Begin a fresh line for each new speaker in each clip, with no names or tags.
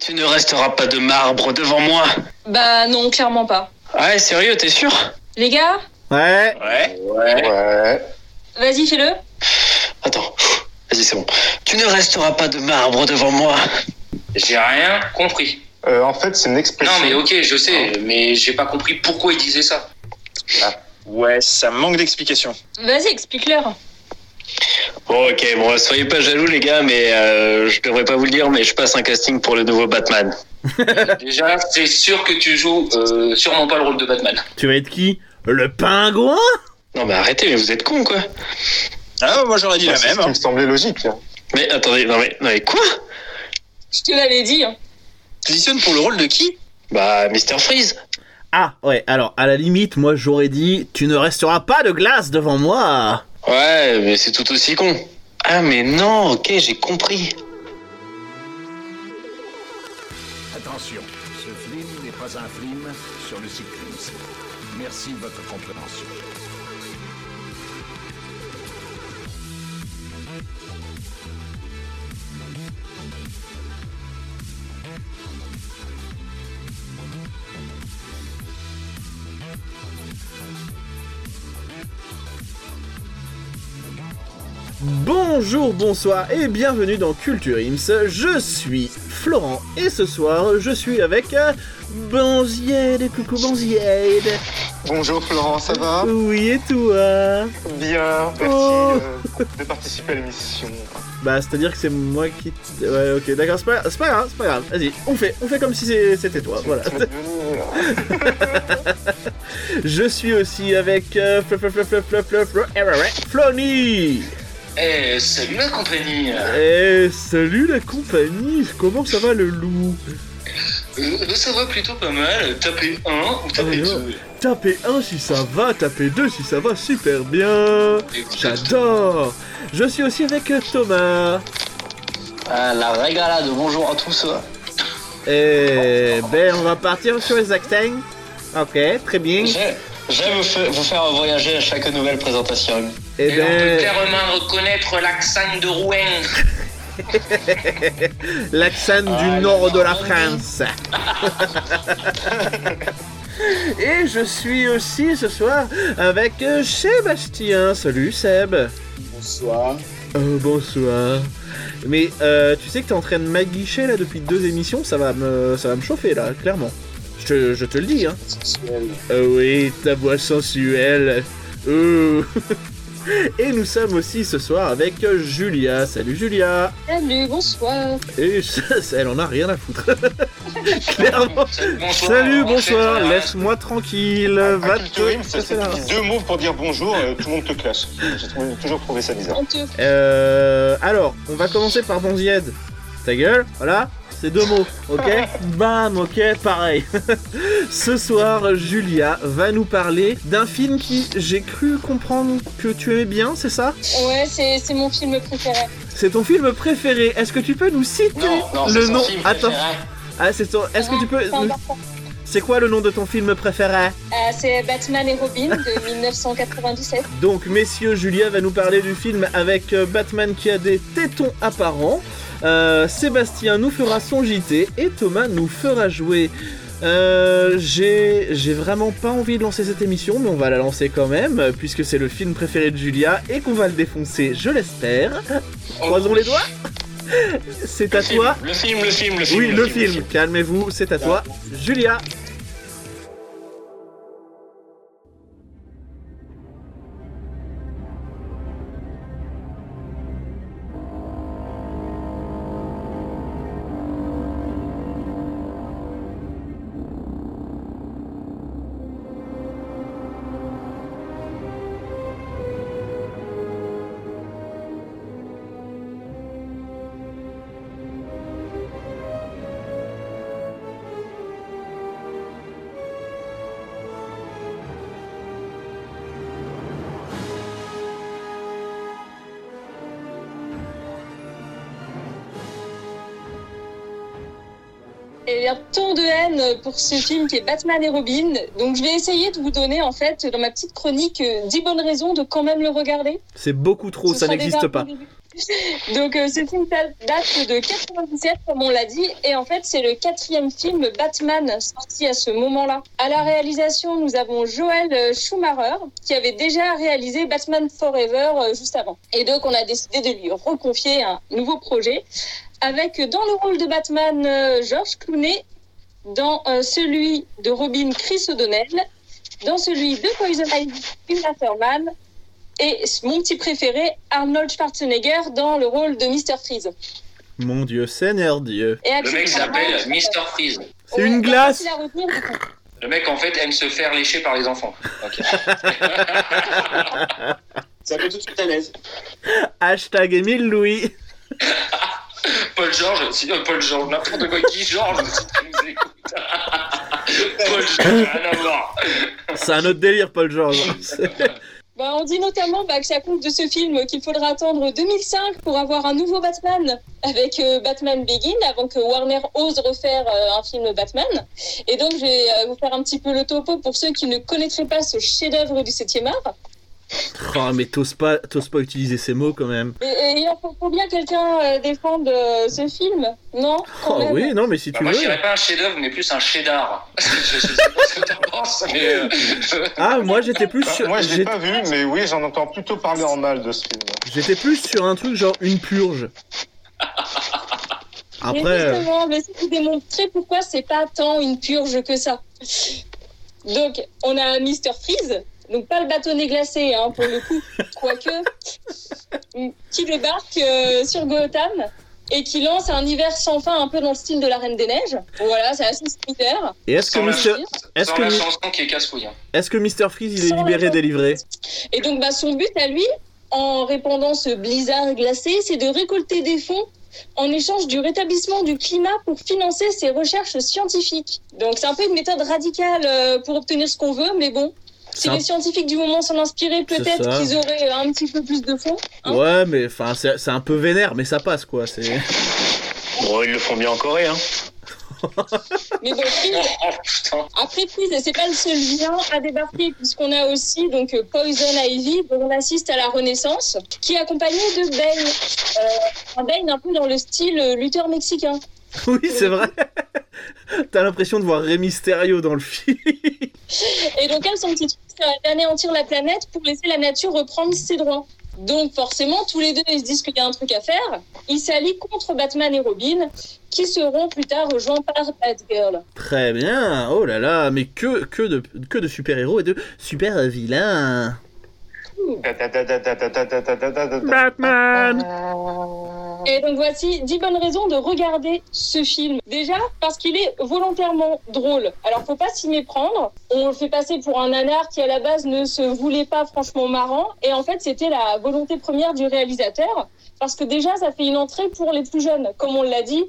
Tu ne resteras pas de marbre devant moi. Ah
Bah non, clairement pas.
Ouais, sérieux, t'es sûr
Les gars,
Ouais.
Ouais.
Ouais.
vas-y, fais-le.
Attends, vas-y, c'est bon. Tu ne resteras pas de marbre devant moi.
J'ai rien compris.
Euh, en fait, c'est une
Non,
expression.
mais ok, je sais, mais j'ai pas compris pourquoi il disait ça.
Ouais, ça manque d'explication.
Vas-y, explique-leur.
Bon, ok, bon, soyez pas jaloux, les gars, mais euh, je devrais pas vous le dire, mais je passe un casting pour le nouveau Batman.
Déjà, c'est sûr que tu joues euh, sûrement pas le rôle de Batman.
Tu vas être qui Le pingouin
Non, mais arrêtez, mais vous êtes cons, quoi.
Ah, moi j'aurais dit
Bah,
la
c'est
même.
Ce qui
hein.
me semblait logique. hein.
Mais attendez, non, mais, non, mais quoi
Je te l'avais dit. hein.
Positionne pour le rôle de qui
Bah, Mr. Freeze.
Ah ouais, alors à la limite, moi j'aurais dit tu ne resteras pas de glace devant moi.
Ouais, mais c'est tout aussi con. Ah, mais non, ok, j'ai compris.
Attention, ce film n'est pas un film sur le cyclisme. Merci de votre compréhension.
Bonjour, bonsoir et bienvenue dans Culture Ims. Je suis Florent et ce soir je suis avec euh, Banzied. Coucou Banzied.
Bonjour Florent, ça va
Oui et toi
Bien, merci
Oh.
euh, de participer à l'émission.
Bah c'est à dire que c'est moi qui... t- Ouais ok d'accord, c'est pas, c'est pas grave, c'est pas grave. Vas-y, on fait, on fait comme si c'est- c'était toi. Voilà.
Tu m'as devenu, euh,
Je suis aussi avec euh, Flo- Flo- Flo- Flo- Flo- Flo- Flo- eh, ouais, ouais, Flony.
Eh, salut la compagnie
Eh salut la compagnie, comment ça va le loup
Euh, Ça va plutôt pas mal, tapez 1 ou tapez
Oh, non.
2
Tapez 1 si ça va, tapez 2 si ça va super bien.
euh,
J'adore. Je suis aussi avec euh, Thomas.
Ah, la régalade, bonjour à tous.
hein.
Eh ben on va partir sur les actings. Ok, très bien.
J'aime vous faire voyager à chaque nouvelle présentation.
Eh
Et on peut
ben
clairement reconnaître l'accent de Rouen.
l'accent du nord de la France. Et je suis aussi ce soir avec euh, Sébastien. Salut Seb.
Bonsoir.
Oh, bonsoir. Mais euh, tu sais que t'es en train de m'aguicher là depuis deux émissions, ça va me, ça va me chauffer là, clairement. Je, te- je te le dis, hein.
Sensuel.
Oh oui, ta voix sensuelle. Oh. Et nous sommes aussi ce soir avec euh, Julia. Salut Julia.
Salut, bonsoir.
Et je- elle en a rien à foutre. clairement.
Salut, bonsoir.
Salut,
En fait,
bonsoir.
euh,
Laisse-moi tranquille.
à
Va
Culturim,
te.
ça c'est
là.
deux mots pour dire bonjour, euh, tout le monde te clash. J'ai trouvé- toujours trouvé ça bizarre.
On te
Euh, alors, on va commencer par Bonzied. Ta gueule, voilà, c'est deux mots, ok Bam, ok, pareil. Ce soir, Julia va nous parler d'un film qui, j'ai cru comprendre que tu aimais bien, c'est ça
Ouais, c'est c'est mon film préféré.
C'est ton film préféré. Est-ce que tu peux nous citer
hein.
le nom Attends, ah, c'est ton... est-ce que tu peux
C'est
nous-
important.
C'est quoi le nom de ton film préféré
Euh, bah, C'est Batman et Robin de 1997.
Donc, messieurs, Julia va nous parler du film avec euh, Batman qui a des tétons apparents. Euh, Sébastien nous fera son JT et Thomas nous fera jouer. Euh, j'ai j'ai vraiment pas envie de lancer cette émission, mais on va la lancer quand même, euh, puisque c'est le film préféré de Julia et qu'on va le défoncer, je l'espère. Croisons les doigts. C'est à
Le film,
toi.
le film, le film, le film.
Oui, le film. Calmez-vous, c'est à toi. Julia.
Et il y a tant de haine pour ce film qui est Batman et Robin. Donc je vais essayer de vous donner, en fait, dans ma petite chronique, euh, 10 bonnes raisons de quand même le regarder.
C'est beaucoup trop,
Ce
ça
sera déjà
n'existe
un bon
pas.
début. Donc, euh, ce film date de 97, comme on l'a dit, et en fait, c'est le quatrième film Batman sorti à ce moment-là. À la réalisation, nous avons Joel euh, Schumacher, qui avait déjà réalisé Batman Forever euh, juste avant. Et donc, on a décidé de lui reconfier un nouveau projet, avec euh, dans le rôle de Batman euh, George Clooney, dans euh, celui de Robin Chris O'Donnell, dans celui de Poison Ivy Uma Thurman, et mon petit préféré, Arnold Schwarzenegger, dans le rôle de Mr. Freeze.
Mon dieu, Seigneur Dieu.
Et
Le mec s'appelle Mister Freeze.
Oh,
C'est une glace
Le mec, en fait, aime se faire lécher par les enfants. Ok.
Ça met tout de suite à l'aise.
Hashtag Émile Louis.
Paul George, si, euh, Paul George, n'importe quoi, Guy George, si tu nous écoutes. Paul George, rien à voir.
C'est un autre délire, Paul George. C'est-
Bah, on dit notamment bah, que c'est à cause de ce film qu'il faudra attendre 2005 pour avoir un nouveau Batman avec euh, Batman Begin avant que Warner ose refaire euh, un film Batman. Et donc, je vais euh, vous faire un petit peu le topo pour ceux qui ne connaîtraient pas ce chef-d'œuvre du 7e art.
Oh, mais t'oses pas, t'oses pas utiliser ces mots quand même.
Et, euh, et il faut, faut bien quelqu'un euh, défendre euh, ce film, non quand
Oh
même
oui, non, mais si
Bah,
tu
moi, je
veux.
dirais pas un chef-d'œuvre, mais plus un chef-d'art. je, je sais pas ce que t'en penses, mais. euh,
Ah, moi j'étais plus
Bah,
sur,
moi, je l'ai
j'ai-
pas vu, mais oui, j'en entends plutôt parler en mal de ce film.
j'étais plus sur un truc genre une purge.
Mais
Après, euh,
justement, mais c'est pour démontrer pourquoi c'est pas tant une purge que ça. Donc, on a Mister Freeze, donc pas le bâtonnet glacé hein, pour le coup, quoique, qui débarque euh, sur Gotham et qui lance un hiver sans fin un peu dans le style de la Reine des Neiges. Voilà, c'est assez similaire.
et est-ce que
Sans la
Mister,
dire.
est-ce
sans
que
la
Mi-
chanson qui est casse-couille. hein.
est-ce que Mister Freeze il est
Sans la
libéré
chanson.
délivré
Et donc, bah, son but à lui, en répandant ce blizzard glacé, c'est de récolter des fonds en échange du rétablissement du climat pour financer ses recherches scientifiques. Donc, c'est un peu une méthode radicale euh, pour obtenir ce qu'on veut, mais bon. Si
C'est un-
les scientifiques du moment s'en inspiraient,
C'est
peut-être
ça.
qu'ils auraient euh, un petit peu plus de fonds. hein
Ouais, mais enfin c'est c'est un peu vénère, mais ça passe quoi. C'est
Bon, ils le font bien en Corée, hein.
Mais bon, Freeze-
Oh, oh, putain.
après Freeze, c'est pas le seul lien à débarquer, puisqu'on a aussi donc euh, Poison Ivy, dont on assiste à la Renaissance, qui est accompagnée de Bane. Euh, un Bane un peu dans le style euh, lutteur mexicain.
oui, c'est vrai. T'as l'impression de voir Rey Mysterio dans le film.
Et donc, elle, son petit truc, c'est d'anéantir la planète pour laisser la nature reprendre ses droits. Donc, forcément, tous les deux, ils se disent qu'il y a un truc à faire. Ils s'allient contre Batman et Robin, qui seront plus tard rejoints par Batgirl.
Très bien. Oh là là, mais que que de que de super héros et de super vilains.
Da, da, da, da, da, da, da, da, da, da, da, da.
Bah Batman.
Et donc, voici 10 bonnes raisons de regarder ce film. Déjà, parce qu'il est volontairement drôle. Alors, faut pas s'y méprendre. On le fait passer pour un nanar qui, à la base, ne se voulait pas franchement marrant. Et en fait, c'était la volonté première du réalisateur. Parce que déjà, ça fait une entrée pour les plus jeunes. Comme on l'a dit,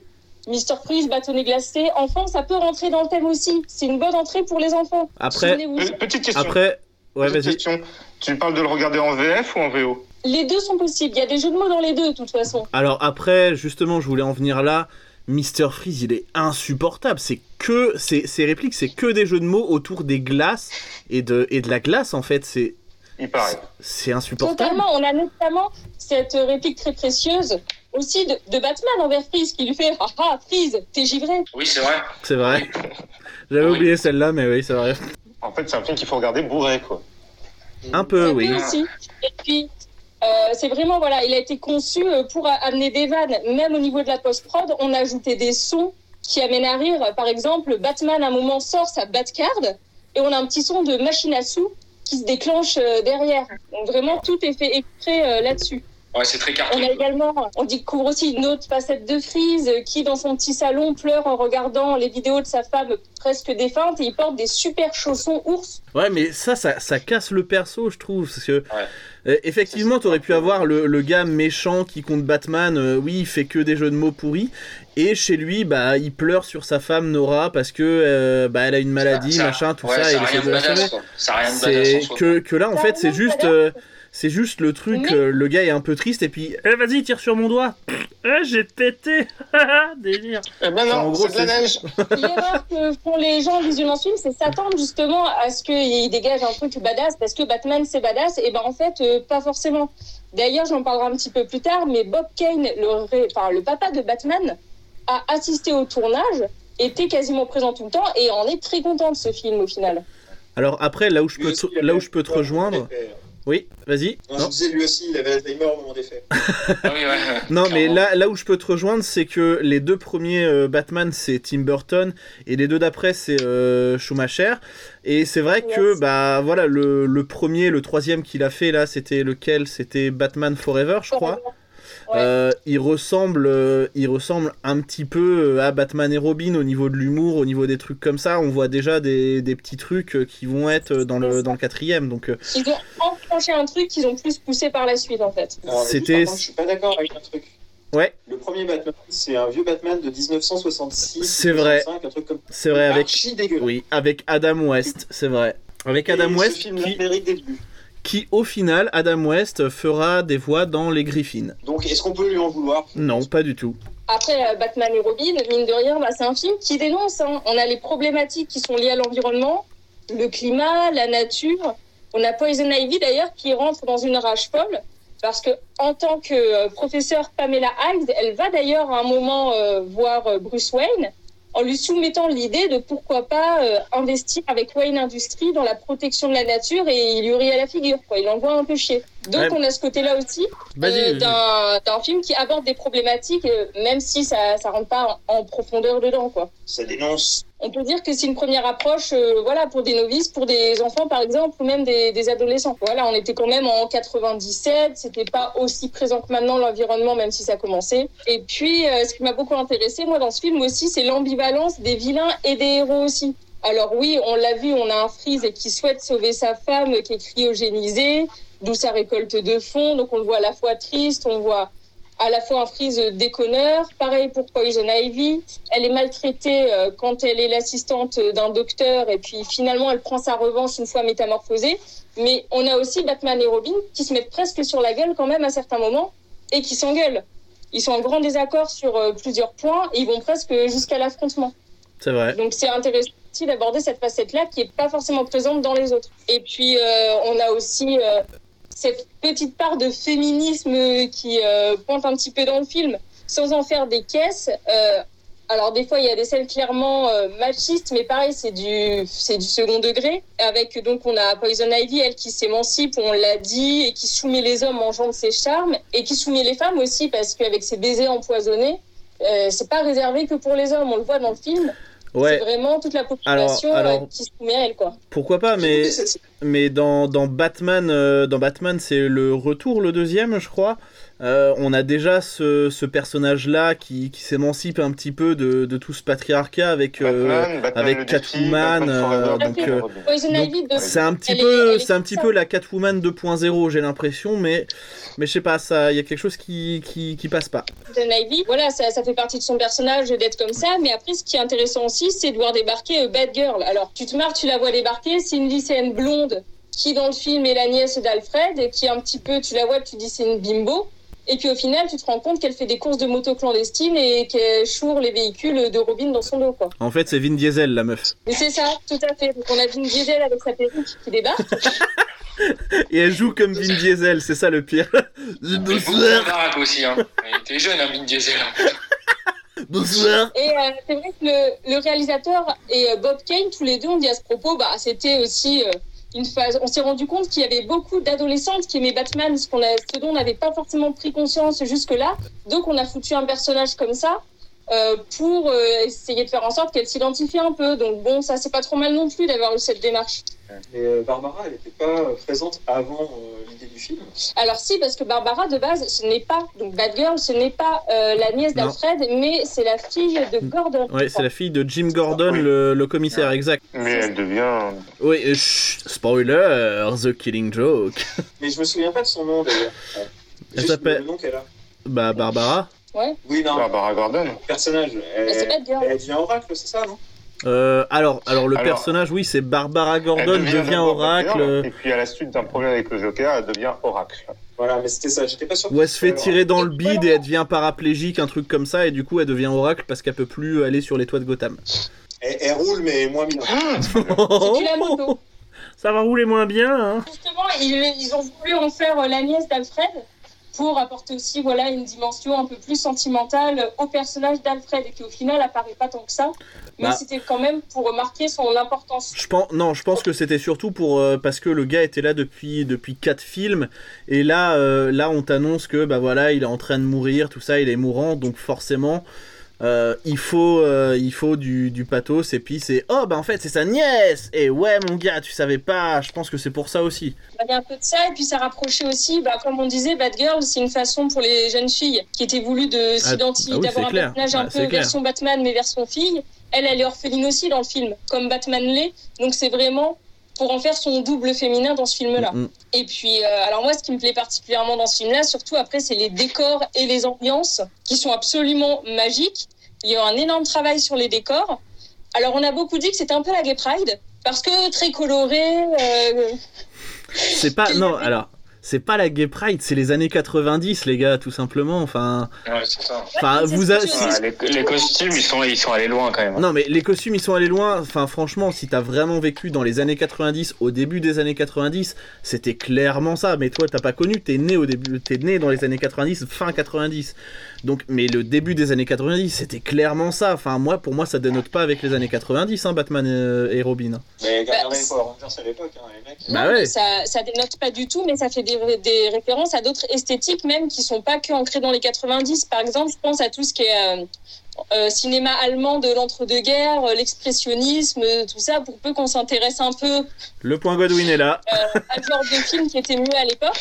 Mister Freeze, bâtonnet glacé, enfant, ça peut rentrer dans le thème aussi. C'est une bonne entrée pour les enfants.
Après
Souvenez-vous,
Pe- Euh, Petite question.
après ouais
petite
vas-y.
question. Tu parles de le regarder en VF ou en VO
Les deux sont possibles. Il y a des jeux de mots dans les deux, de toute façon.
Alors après, justement, je voulais en venir là. Mister Freeze, il est insupportable. C'est que ses, ses répliques, c'est que des jeux de mots autour des glaces et de et de la glace en fait. C'est
Il paraît.
c'est insupportable.
Totalement. On a notamment cette réplique très précieuse aussi de, de Batman envers Freeze qui lui fait Ah ah, Freeze, t'es givré.
Oui, c'est vrai.
C'est vrai. J'avais
Oui.
oublié celle-là, mais oui, c'est vrai.
En fait, c'est un film qu'il faut regarder bourré, quoi.
Un peu,
C'est
Euh, oui.
vrai aussi. Et puis, euh, c'est vraiment, voilà, il a été conçu euh, pour a- amener des vannes. Même au niveau de la post-prod, on a ajouté des sons qui amènent à rire. Par exemple, Batman, à un moment, sort sa Batcard et on a un petit son de machine à sous qui se déclenche euh, derrière. Donc, vraiment, tout est fait exprès euh, là-dessus.
Ouais, c'est très
On a
cartoon.
également, on découvre aussi une autre facette de Freeze euh, qui, dans son petit salon, pleure en regardant les vidéos de sa femme presque défunte et il porte des super chaussons ours.
Ouais, mais ça, ça, ça casse le perso, je trouve. Parce que, Euh, effectivement, t'aurais pu avoir le, le gars méchant qui compte Batman, euh, oui, il fait que des jeux de mots pourris. Et chez lui, bah, il pleure sur sa femme Nora parce que, euh, bah, elle a une maladie,
Ça-
machin, tout
ouais,
ça, et
ça
il
a rien
essaie de
de
la sauver.
badass, quoi. Ça a rien de badass en
C'est
soi.
que, que là, en
Ça a
fait, c'est
rien de
juste.
badass.
euh, C'est juste le truc,
Mais-
euh, le gars est un peu triste et puis eh, vas-y tire sur mon doigt. Eh, J'ai pété, délire.
Eh ben
Enfin, en
non,
gros,
c'est de la neige.
L'erreur que font les gens en visionnant ce film, c'est s'attendre justement à ce qu'il dégage un truc badass, parce que Batman c'est badass, et ben en fait, euh, pas forcément. D'ailleurs, j'en parlerai un petit peu plus tard, mais Bob Kane, le, ré- enfin, le papa de Batman, a assisté au tournage, était quasiment présent tout le temps, et en est très content de ce film au final.
Alors après là où je
Lui
peux
aussi, il
te,
avait
là où je peux te
Alzheimer au moment
rejoindre,
des faits.
oui, vas-y.
Non,
Non.
Je disais, lui aussi, il avait Alzheimer au moment des faits.
Ah oui, ouais.
Non, mais
Clairement.
là, là où je peux te rejoindre, c'est que les deux premiers euh, Batman, c'est Tim Burton, et les deux d'après, c'est euh, Schumacher. Et c'est vrai que,
Yes.
bah voilà, le, le premier, le troisième qu'il a fait, là, c'était lequel C'était Batman Forever, je crois.
Ouais.
Euh, il, ressemble, euh, il ressemble un petit peu euh, à Batman et Robin au niveau de l'humour, au niveau des trucs comme ça. On voit déjà des, des petits trucs euh, qui vont être euh, dans le, dans le quatrième. Donc, euh,
Ils ont enclenché un truc qu'ils ont plus poussé par la suite en fait.
Alors,
C'était-
par contre, Je suis pas d'accord avec un truc.
Ouais.
Le premier Batman, c'est un vieux Batman de 1966.
C'est vrai.
65, Un truc comme
c'est vrai, avec,
archi dégueulasse.
oui, avec Adam West, c'est vrai. Avec Adam
Et
West
Ce film
qui,
mérite des buts.
qui au final, Adam West fera des voix dans Les Griffins.
Donc, est-ce qu'on peut lui en vouloir
Non, pas du tout.
Après, euh, Batman et Robin, mine de rien, bah, c'est un film qui dénonce. hein. On a les problématiques qui sont liées à l'environnement, le climat, la nature. On a Poison Ivy d'ailleurs qui rentre dans une rage folle parce que en tant que euh, professeure Pamela Hyde, elle va d'ailleurs à un moment euh, voir euh, Bruce Wayne en lui soumettant l'idée de pourquoi pas euh, investir avec Wayne Industries dans la protection de la nature et il lui rit à la figure. Quoi. Il envoie un peu chier. Donc
Ouais.
on a ce côté-là aussi.
Vas-y.
Euh, d'un d'un film qui aborde des problématiques, euh, même si ça ça rentre pas en, en profondeur dedans. Quoi.
Ça dénonce.
On peut dire que c'est une première approche euh, voilà, pour des novices, pour des enfants par exemple, ou même des, des adolescents. Voilà, on était quand même en 97, c'était pas aussi présent que maintenant l'environnement, même si ça commençait. Et puis, euh, ce qui m'a beaucoup intéressé, moi, dans ce film aussi, c'est l'ambivalence des vilains et des héros aussi. Alors oui, on l'a vu, on a un Freeze qui souhaite sauver sa femme, qui est cryogénisée, d'où sa récolte de fonds. Donc on le voit à la fois triste, on le voit à la fois un Freeze déconneur. Pareil pour Poison Ivy. Elle est maltraitée euh, quand elle est l'assistante d'un docteur et puis finalement elle prend sa revanche une fois métamorphosée. Mais on a aussi Batman et Robin qui se mettent presque sur la gueule quand même à certains moments et qui s'engueulent. Ils sont en grand désaccord sur euh, plusieurs points et ils vont presque jusqu'à l'affrontement.
C'est vrai.
Donc c'est intéressant aussi d'aborder cette facette-là qui n'est pas forcément présente dans les autres. Et puis euh, on a aussi euh, cette petite part de féminisme euh, qui euh, pointe un petit peu dans le film, sans en faire des caisses. Euh, alors des fois il y a des scènes clairement euh, machistes, mais pareil c'est du c'est du second degré. Avec donc on a Poison Ivy, elle qui s'émancipe, on l'a dit, et qui soumet les hommes en jouant de ses charmes, et qui soumet les femmes aussi parce qu'avec ses baisers empoisonnés, euh, c'est pas réservé que pour les hommes. On le voit dans le film.
Ouais,
C'est vraiment toute la population
Alors- alors-
euh, qui se met à elle, quoi.
pourquoi pas, mais,
C'est
mais dans, dans Batman, euh, dans Batman c'est le retour, le deuxième, je crois. Euh, on a déjà ce, ce personnage-là qui, qui s'émancipe un petit peu de, de tout ce patriarcat avec. euh,
Batman, Batman
avec
le défi,
Catwoman,
Batman
euh,
Forever,
donc,
Batman
euh,
Robin.
Poison
Donc,
Ivy, de...
C'est un petit
Elle est-
peu,
elle est
c'est un petit peu la Catwoman 2.0, j'ai l'impression, mais mais je sais pas, ça, il y a quelque chose qui qui, qui passe pas.
Poison Ivy, voilà, ça, ça fait partie de son personnage d'être comme ça. Mais après, ce qui est intéressant aussi, c'est de voir débarquer euh, Bad Girl. Alors, tu te marres, tu la vois débarquer, c'est une lycéenne blonde qui, dans le film, est la nièce d'Alfred, et qui est un petit peu, tu la vois, tu dis c'est une bimbo. Et puis au final, tu te rends compte qu'elle fait des courses de moto clandestines et qu'elle choure les véhicules de Robin dans son dos, quoi.
En fait, c'est Vin Diesel la meuf.
Mais c'est ça, tout à fait. Donc on a une Diesel avec sa perruque qui débarque.
Et elle joue comme Vin Diesel, c'est ça le pire.
Mais beaucoup de baraque aussi, hein. Il était jeune, hein, Vin Diesel.
bonsoir.
Et euh, c'est vrai que le, le réalisateur et euh, Bob Kane, tous les deux, on dit à ce propos, bah, c'était aussi euh, une phase. On s'est rendu compte qu'il y avait beaucoup d'adolescentes qui aimaient Batman, ce, qu'on a, ce dont on n'avait pas forcément pris conscience jusque-là. Donc on a foutu un personnage comme ça euh, pour euh, essayer de faire en sorte qu'elle s'identifie un peu. Donc bon, ça, c'est pas trop mal non plus d'avoir eu cette démarche.
Mais euh, Barbara, elle n'était pas euh, présente avant euh, l'idée du film.
Alors si, parce que Barbara, de base, ce n'est pas, donc Bad Girl, ce n'est pas euh, la nièce
Non. Mm.
d'Alfred, mais c'est la fille de Gordon.
Ouais, c'est la fille de Jim Gordon, le, le commissaire exact.
Mais elle devient.
Oui, euh, chut, spoiler, The Killing Joke.
Mais je me souviens pas de son nom d'ailleurs. Ouais.
Elle
Juste
s'appelle- Ah.
Le nom qu'elle a.
Bah Barbara.
Oui, non,
Barbara Gordon.
personnage.
Mais c'est
Elle,
Bad Girl.
elle devient oracle, c'est ça, non
Euh, alors, alors le
Alors-
personnage, oui, c'est Barbara
Elle
Gordon devient
d'abord vainqueur,
Oracle. euh,
Et puis à la suite d'un problème avec le Joker, elle devient Oracle.
Voilà, mais c'était ça, j'étais pas sûr.
Ou elle se fait
Alors,
tirer dans le
voilà.
bide et elle devient paraplégique, un truc comme ça, et du coup elle devient Oracle parce qu'elle peut plus aller sur les toits de Gotham.
Elle, elle roule, mais moins bien.
de la moto.
ça va rouler moins bien, hein.
Justement, ils, ils ont voulu en faire euh, la nièce d'Alfred pour apporter aussi voilà, une dimension un peu plus sentimentale au personnage d'Alfred et qui au final apparaît pas tant que ça. Mais
Bah.
c'était quand même pour remarquer son importance.
Je pense, non, je pense que c'était surtout pour euh, parce que le gars était là depuis depuis quatre films et là euh, là on t'annonce que bah voilà il est en train de mourir tout ça il est mourant donc forcément euh, il faut euh, il faut du, du pathos et puis c'est oh bah en fait c'est sa nièce et ouais mon gars tu savais pas je pense que c'est pour ça aussi
Il y avait un peu de ça, et puis ça rapprochait aussi, bah, comme on disait, Bad Girl, c'est une façon pour les jeunes filles qui était voulu de s'identifier,
bah oui, c'est
d'avoir un
clair.
personnage
Ah,
un
c'est
peu
clair.
version Batman mais version fille. Elle, elle est orpheline aussi dans le film, comme Batman l'est. Donc c'est vraiment pour en faire son double féminin dans ce film-là.
Mm, mm.
Et puis, euh, alors moi, ce qui me plaît particulièrement dans ce film-là, surtout après, c'est les décors et les ambiances qui sont absolument magiques. Il y a un énorme travail sur les décors. Alors, on a beaucoup dit que c'était un peu la Gay Pride, parce que très coloré. euh,
c'est pas non alors c'est pas la Gay Pride c'est les années 90 les gars tout simplement enfin
Ouais, c'est ça.
enfin
c'est
vous
ce
a-
que je
si-
veux dire.
Ouais, les, les costumes, ils sont, ils sont allés loin quand même.
Non, mais les costumes, ils sont allés loin. Enfin, franchement, si t'as vraiment vécu dans les années 90, au début des années 90, c'était clairement ça. Mais toi, t'as pas connu, t'es né au début, t'es né dans les années 90, fin 90. Donc, mais le début des années 90, c'était clairement ça. Enfin, moi, pour moi, ça dénote pas avec les années 90, hein, Batman euh, et Robin.
Mais regardez les
c'est-
Power Rangers à l'époque, hein, les mecs.
Bah ouais.
Ça, ça dénote pas du tout, mais ça fait des, des références à d'autres esthétiques même qui sont pas que ancrées dans les 90. Par exemple, je pense à tout ce qui est euh, euh, cinéma allemand de l'entre-deux-guerres, euh, l'expressionnisme, euh, tout ça, pour peu qu'on s'intéresse un peu
Le point Godwin est là.
à ce genre de film qui était mieux à l'époque.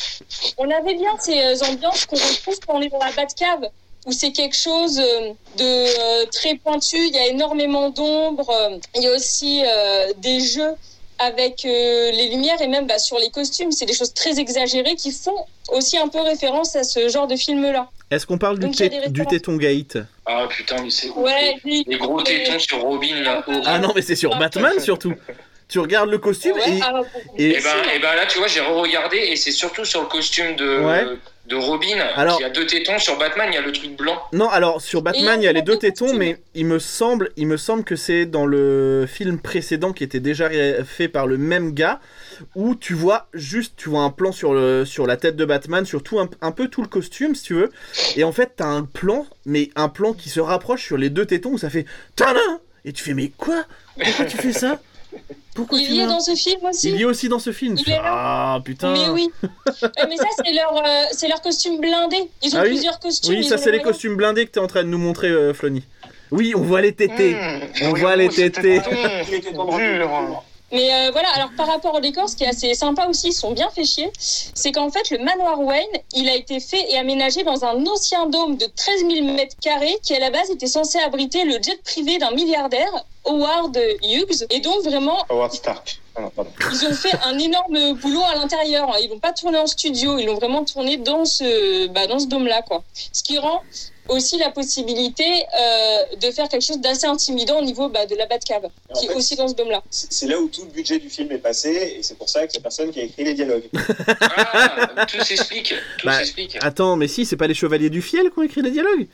On avait bien ces euh, ambiances qu'on retrouve quand on est dans la Batcave, où c'est quelque chose euh, de euh, très pointu, il y a énormément d'ombre, euh, il y a aussi euh, des jeux avec euh, les lumières et même bah, sur les costumes, c'est des choses très exagérées qui font aussi un peu référence à ce genre de film-là.
Est-ce qu'on parle du,
Donc, il y a
té-
des références.
du téton gate
Ah putain, mais c'est ouf.
Ouais, oui.
Les gros tétons sur Robin, là. horrible.
Ah non, mais c'est sur Batman surtout. Tu regardes le costume
Ouais,
et.
ah,
et-
Et ben, et ben là, tu vois, j'ai re-regardé et c'est surtout sur le costume de,
Ouais.
de Robin.
Alors-
Il y a deux tétons sur Batman, il y a le truc blanc.
Non, alors sur Batman,
Et
il y a les
on
deux
voit des
tétons,
costumes.
mais il me semble, il me semble que c'est dans le film précédent qui était déjà ré- fait par le même gars, où tu vois juste, tu vois un plan sur le sur la tête de Batman, sur tout un, un peu tout le costume, si tu veux, et en fait t'as un plan, mais un plan qui se rapproche sur les deux tétons où ça fait tadam et tu fais mais quoi Pourquoi tu fais ça Pourquoi tu
il y est
l'as
dans ce film aussi.
Il y est aussi dans ce film.
Il
Tu
est
fais,
là.
Ah hein. putain.
Mais oui. Ouais, mais ça, c'est leur, euh, c'est leur costume blindé. Ils ont
Ah oui.
plusieurs costumes.
Oui,
ils
ça
ont
c'est les
vraiment-
costumes blindés que t'es en train de nous montrer, euh, Flonny. Oui, on voit les tétés. On voit les tétés.
Il était dans le
Dur.
Mais euh, voilà, alors par rapport au décor, ce qui est assez sympa aussi, ils sont bien fait chier, c'est qu'en fait, le manoir Wayne, il a été fait et aménagé dans un ancien dôme de 13 000 mètres carrés qui, à la base, était censé abriter le jet privé d'un milliardaire, Howard Hughes. Et donc, vraiment,
Howard Stark. Ah non, pardon.
ils ont fait un énorme boulot à l'intérieur. hein. Ils l'ont pas tourné en studio, ils l'ont vraiment tourné dans ce, bah, dans ce dôme-là, quoi. Ce qui rend aussi la possibilité euh, de faire quelque chose d'assez intimidant au niveau bah, de la Batcave,
Et en
qui est
fait,
aussi dans ce dôme-là.
C'est c'est là où tout le budget du film est passé, et c'est pour ça que c'est la personne qui a écrit les dialogues.
Ah, tout s'explique. Tout
Bah,
s'explique.
Attends, mais si, c'est pas les chevaliers du fiel qui ont écrit les dialogues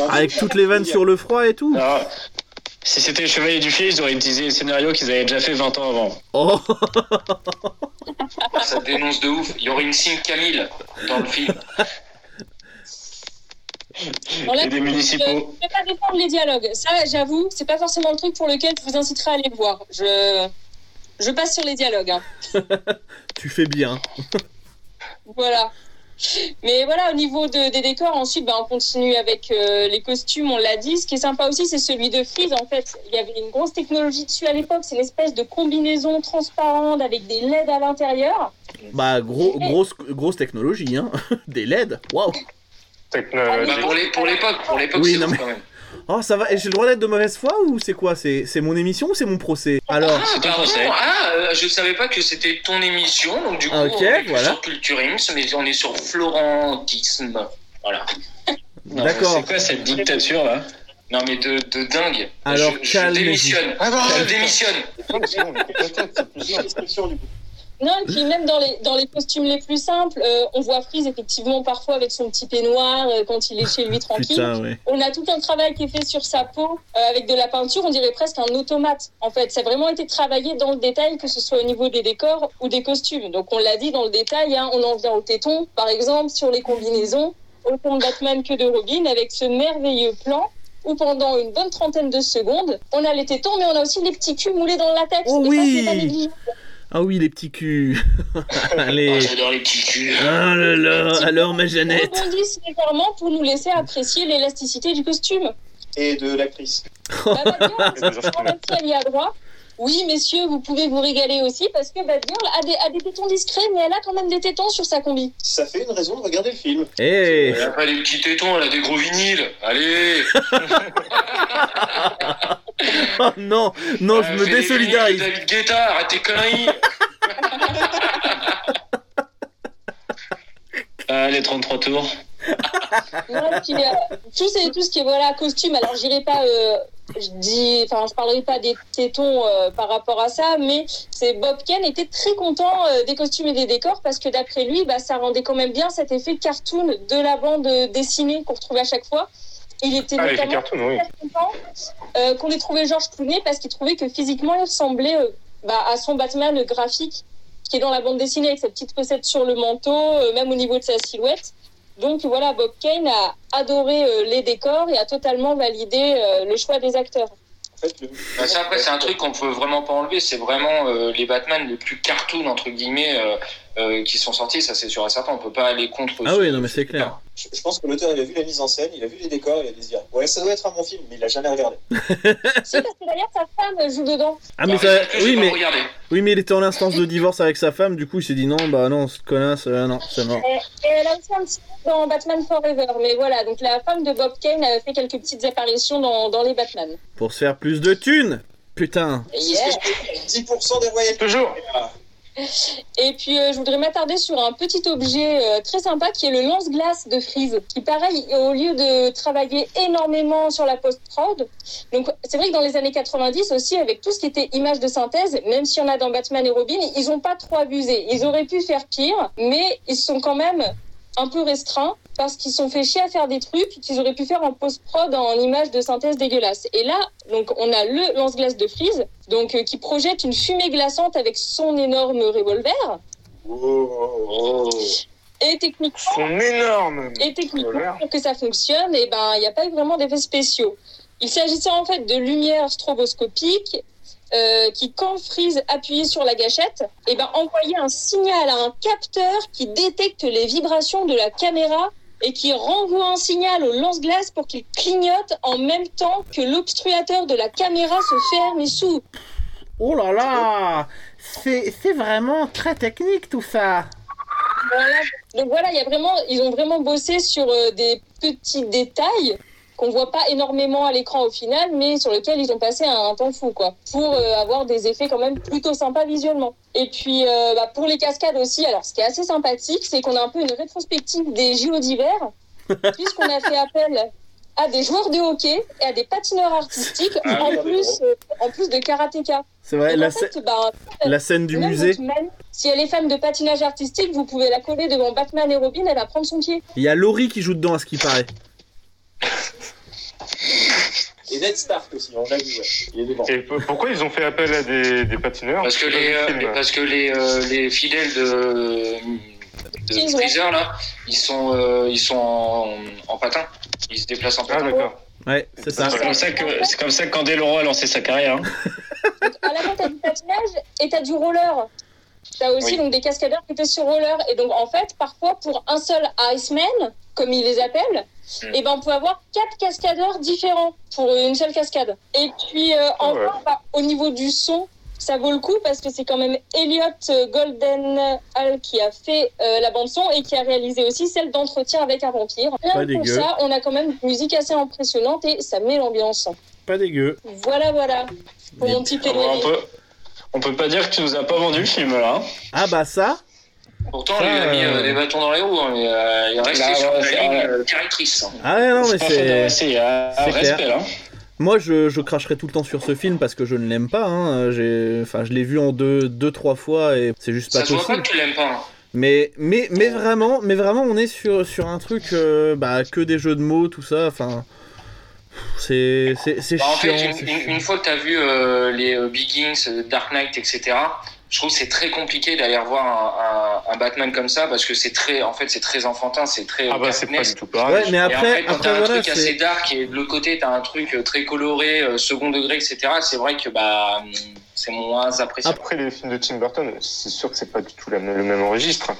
Non,
Avec toutes les vannes sur le froid et tout
Non, si c'était les Chevaliers du Fiel, ils auraient utilisé le scénario qu'ils avaient déjà fait 20 ans avant.
Oh
Ça dénonce de ouf. Il y aurait une signe Camille dans le film.
On l'a
Et des
vu, Je ne
municipaux.
vais pas défendre les dialogues. Ça, j'avoue, c'est pas forcément le truc pour lequel je vous inciterai à aller le voir. Je, je passe sur les dialogues. hein.
Tu fais bien.
Voilà. Mais voilà, au niveau de- des décors, ensuite, bah, on continue avec euh, les costumes, on l'a dit. Ce qui est sympa aussi, c'est celui de Freeze. En fait, il y avait une grosse technologie dessus à l'époque. C'est une espèce de combinaison transparente avec des LED à l'intérieur.
Bah, gros, grosse, grosse technologie, hein Des LED Waouh
Bah,
Technologie.
pour les- pour l'époque, pour l'époque,
Oui,
c'est
non,
ouf
mais-
quand même.
Oh, ça va Et J'ai le droit d'être de mauvaise foi ou c'est quoi C'est c'est mon émission ou c'est mon procès Alors,
Ah,
un
pardon,
procès.
ah, euh, je savais pas que c'était ton émission, donc du coup,
Ok,
on est plus
voilà.
sur Culturisme, mais on est sur Florentisme. Voilà.
Non,
D'accord.
C'est quoi cette dictature là
Non, mais de, de dingue.
Alors,
je, je
calmez-vous.
démissionne.
Ah non,
Je
non,
démissionne.
non, sinon, on était pas tête, c'est plusieurs descriptions, du coup.
Non, et puis même dans les, dans les costumes les plus simples, euh, on voit Freeze effectivement parfois avec son petit peignoir euh, quand il est chez lui tranquille.
Putain, ouais.
On a tout un travail qui est fait sur sa peau euh, avec de la peinture, on dirait presque un automate. En fait, ça a vraiment été travaillé dans le détail, que ce soit au niveau des décors ou des costumes. Donc, on l'a dit dans le détail, hein, on en vient au téton, par exemple, sur les combinaisons, autant de Batman que de Robin, avec ce merveilleux plan où pendant une bonne trentaine de secondes, on a les tétons, mais on a aussi les petits culs moulés dans le latex.
Oh
Et ça,
oui
c'est pas négligeable.
Ah oui, les petits culs. Allez.
Ah, J'adore les petits culs.
Oh là là, alors ma Jeannette.
rebondissent légèrement pour nous laisser apprécier l'élasticité du costume.
Et de l'actrice.
Bah, Bad Girl,
Et des enfants,
franchement, même si elle y a droit. Oui, messieurs, vous pouvez vous régaler aussi parce que Bad Girl a des, a des tétons discrets, mais elle a quand même des tétons sur sa combi.
Ça fait une raison de regarder le film.
Eh,
Elle a pas les petits tétons, elle a des gros vinyles. Allez
oh non, non, je
Euh,
me
fais les
désolidarise.
vinyles de David Guetta, arrête tes conneries
Ah, les 33 tours.
Non, et puis, euh, tout, c'est- tout ce qui est voilà, costume, alors j'irai pas. euh, je dis, enfin, je parlerai pas des tétons euh, par rapport à ça, mais c'est Bob Ken était très content euh, des costumes et des décors parce que d'après lui, bah, ça rendait quand même bien cet effet cartoon de la bande euh, dessinée qu'on retrouvait à chaque fois. Il était
Ah, les
notamment
cartoons, oui.
très content euh, qu'on ait trouvé George Clooney parce qu'il trouvait que physiquement il ressemblait euh, bah, à son Batman graphique qui est dans la bande dessinée avec sa petite pochette sur le manteau, euh, même au niveau de sa silhouette. Donc voilà, Bob Kane a adoré euh, les décors et a totalement validé euh, le choix des acteurs.
En fait, le...
Bah, ça, après, c'est un truc qu'on peut vraiment pas enlever. C'est vraiment euh, les Batman les plus cartoon, entre guillemets, euh, euh, qui sont sortis. Ça, c'est sûr et certain. On peut pas aller contre.
Ah
ce-
oui, non, mais c'est clair.
je, je pense que l'auteur, il a vu la mise en scène, il a vu les décors, il a dû se dire Ouais, ça doit être un bon film, mais il l'a jamais regardé.
C'est parce que d'ailleurs sa femme joue dedans.
Ah, mais
Non,
ça.
parce que j'ai
Oui,
pas
mais.
regardé.
Oui, mais il était en instance de divorce avec sa femme, du coup il s'est dit non, bah non, ce connasse, euh, non, c'est mort.
Et elle a aussi un petit rôle dans Batman Forever. Mais voilà, donc la femme de Bob Kane a fait quelques petites apparitions dans, dans les Batman.
Pour se faire plus de thunes Putain
Yeah.
10% des royautés.
Toujours.
Et puis, euh, je voudrais m'attarder sur un petit objet euh, très sympa qui est le lance-glace de Freeze, qui, pareil, au lieu de travailler énormément sur la post-prod, donc c'est vrai que dans les années 90 aussi, avec tout ce qui était images de synthèse, même s'il y en a dans Batman et Robin, ils n'ont pas trop abusé. Ils auraient pu faire pire, mais ils se sont quand même un peu restreints parce qu'ils se sont fait chier à faire des trucs qu'ils auraient pu faire en post-prod en images de synthèse dégueulasses. Et là, donc, on a le lance-glace de Freeze, donc, euh, qui projette une fumée glaçante avec son énorme revolver.
Oh,
Et techniquement,
Son énorme.
et techniquement pour que ça fonctionne, et ben, il n'y a pas eu vraiment d'effets spéciaux. Il s'agissait en fait de lumière stroboscopique euh, qui, quand Freeze appuyait sur la gâchette, et ben, envoyait un signal à un capteur qui détecte les vibrations de la caméra et qui renvoie un signal au lance-glace pour qu'il clignote en même temps que l'obstruateur de la caméra se ferme et s'ouvre.
Oh là là C'est c'est vraiment très technique tout ça
Voilà. Donc voilà, il y a vraiment, ils ont vraiment bossé sur euh, des petits détails qu'on voit pas énormément à l'écran au final, mais sur lesquels ils ont passé un, temps fou, quoi, pour euh, avoir des effets quand même plutôt sympas visuellement. Et puis euh, bah, pour les cascades aussi, alors ce qui est assez sympathique, c'est qu'on a un peu une rétrospective des JO d'hiver, puisqu'on a fait appel à des joueurs de hockey et à des patineurs artistiques,
Ah,
en plus, euh, en plus de karatéka.
C'est vrai,
Donc,
la,
en fait,
scè-
bah,
la scène du
même
musée,
votre manie, si elle est fan de patinage artistique, vous pouvez la coller devant Batman et Robin, elle va prendre son pied.
il y a Laurie qui joue dedans à ce qui paraît.
Et Ned Stark aussi, on l'a vu, ouais. Il est devant.
Et p- pourquoi ils ont fait appel à des, des patineurs
Parce que les, euh,
Ah,
les- parce que les, euh, les fidèles de, de Freezer, là, ils sont, euh, ils sont en, en patin. Ils se déplacent en
Ah,
patin.
d'accord.
Ouais, c'est ça.
Ah, C'est comme ça que c'est comme ça que Candeloro a lancé sa carrière. hein.
Donc, à la fois, t'as du patinage et t'as du roller. T'as aussi
Oui.
donc, des cascadeurs qui étaient sur roller. Et donc, en fait, parfois, pour un seul Iceman, comme ils les appellent,
Mm.
et ben, on peut avoir quatre cascadeurs différents pour une seule cascade. Et puis, euh,
Ah
enfin,
ouais.
bah, au niveau du son, ça vaut le coup parce que c'est quand même Elliot Golden Hall qui a fait euh, la bande-son et qui a réalisé aussi celle d'entretien avec un vampire.
Pas
Rien que pour
dégueu.
ça, on a quand même une musique assez impressionnante et ça met l'ambiance.
Pas dégueu.
Voilà, voilà. Pour
Bien.
mon petit
Bon,
pédalier.
on peut on peut pas dire que tu nous as pas vendu le film là. hein.
Ah bah ça
Pourtant,
Ça,
lui, il a mis
euh,
euh, des bâtons dans les roues, hein, mais euh, il est resté
Là,
sur
ouais,
la
c'est-
ligne
ouais.
euh, directrice. hein.
Ah ouais, non, mais c'est.
C'est euh,
Ah,
un
c'est
respect
clair.
là.
Moi, je, je cracherai tout le temps sur ce film parce que je ne l'aime pas. Hein. J'ai- Enfin, je l'ai vu en deux, deux, trois fois et c'est juste pas
Ça se voit
possible.
pas que tu l'aimes pas. hein.
Mais, mais, mais vraiment, mais vraiment, on est sur, sur un truc, euh, bah, que des jeux de mots, tout ça. Enfin, c'est, c'est, c'est
Bah, en
chiant.
fait, une,
c'est
une-
chiant.
une fois que tu as vu euh, les euh, Biggins, euh, Dark Knight, etc., je trouve que c'est très compliqué d'aller revoir un, un- un Batman comme ça parce que c'est très, en fait, c'est très enfantin, c'est très.
Ah bah c'est pas
cartoonesque.
du tout pareil.
Ouais, mais
Et après,
après,
quand t'as
après
un
voilà,
truc
c'est-
assez dark et de l'autre côté t'as un truc euh, très coloré, euh, second degré, etc. C'est vrai que bah hum, c'est moins appréciable.
Après les films de Tim Burton, c'est sûr que c'est pas du tout la- le même registre.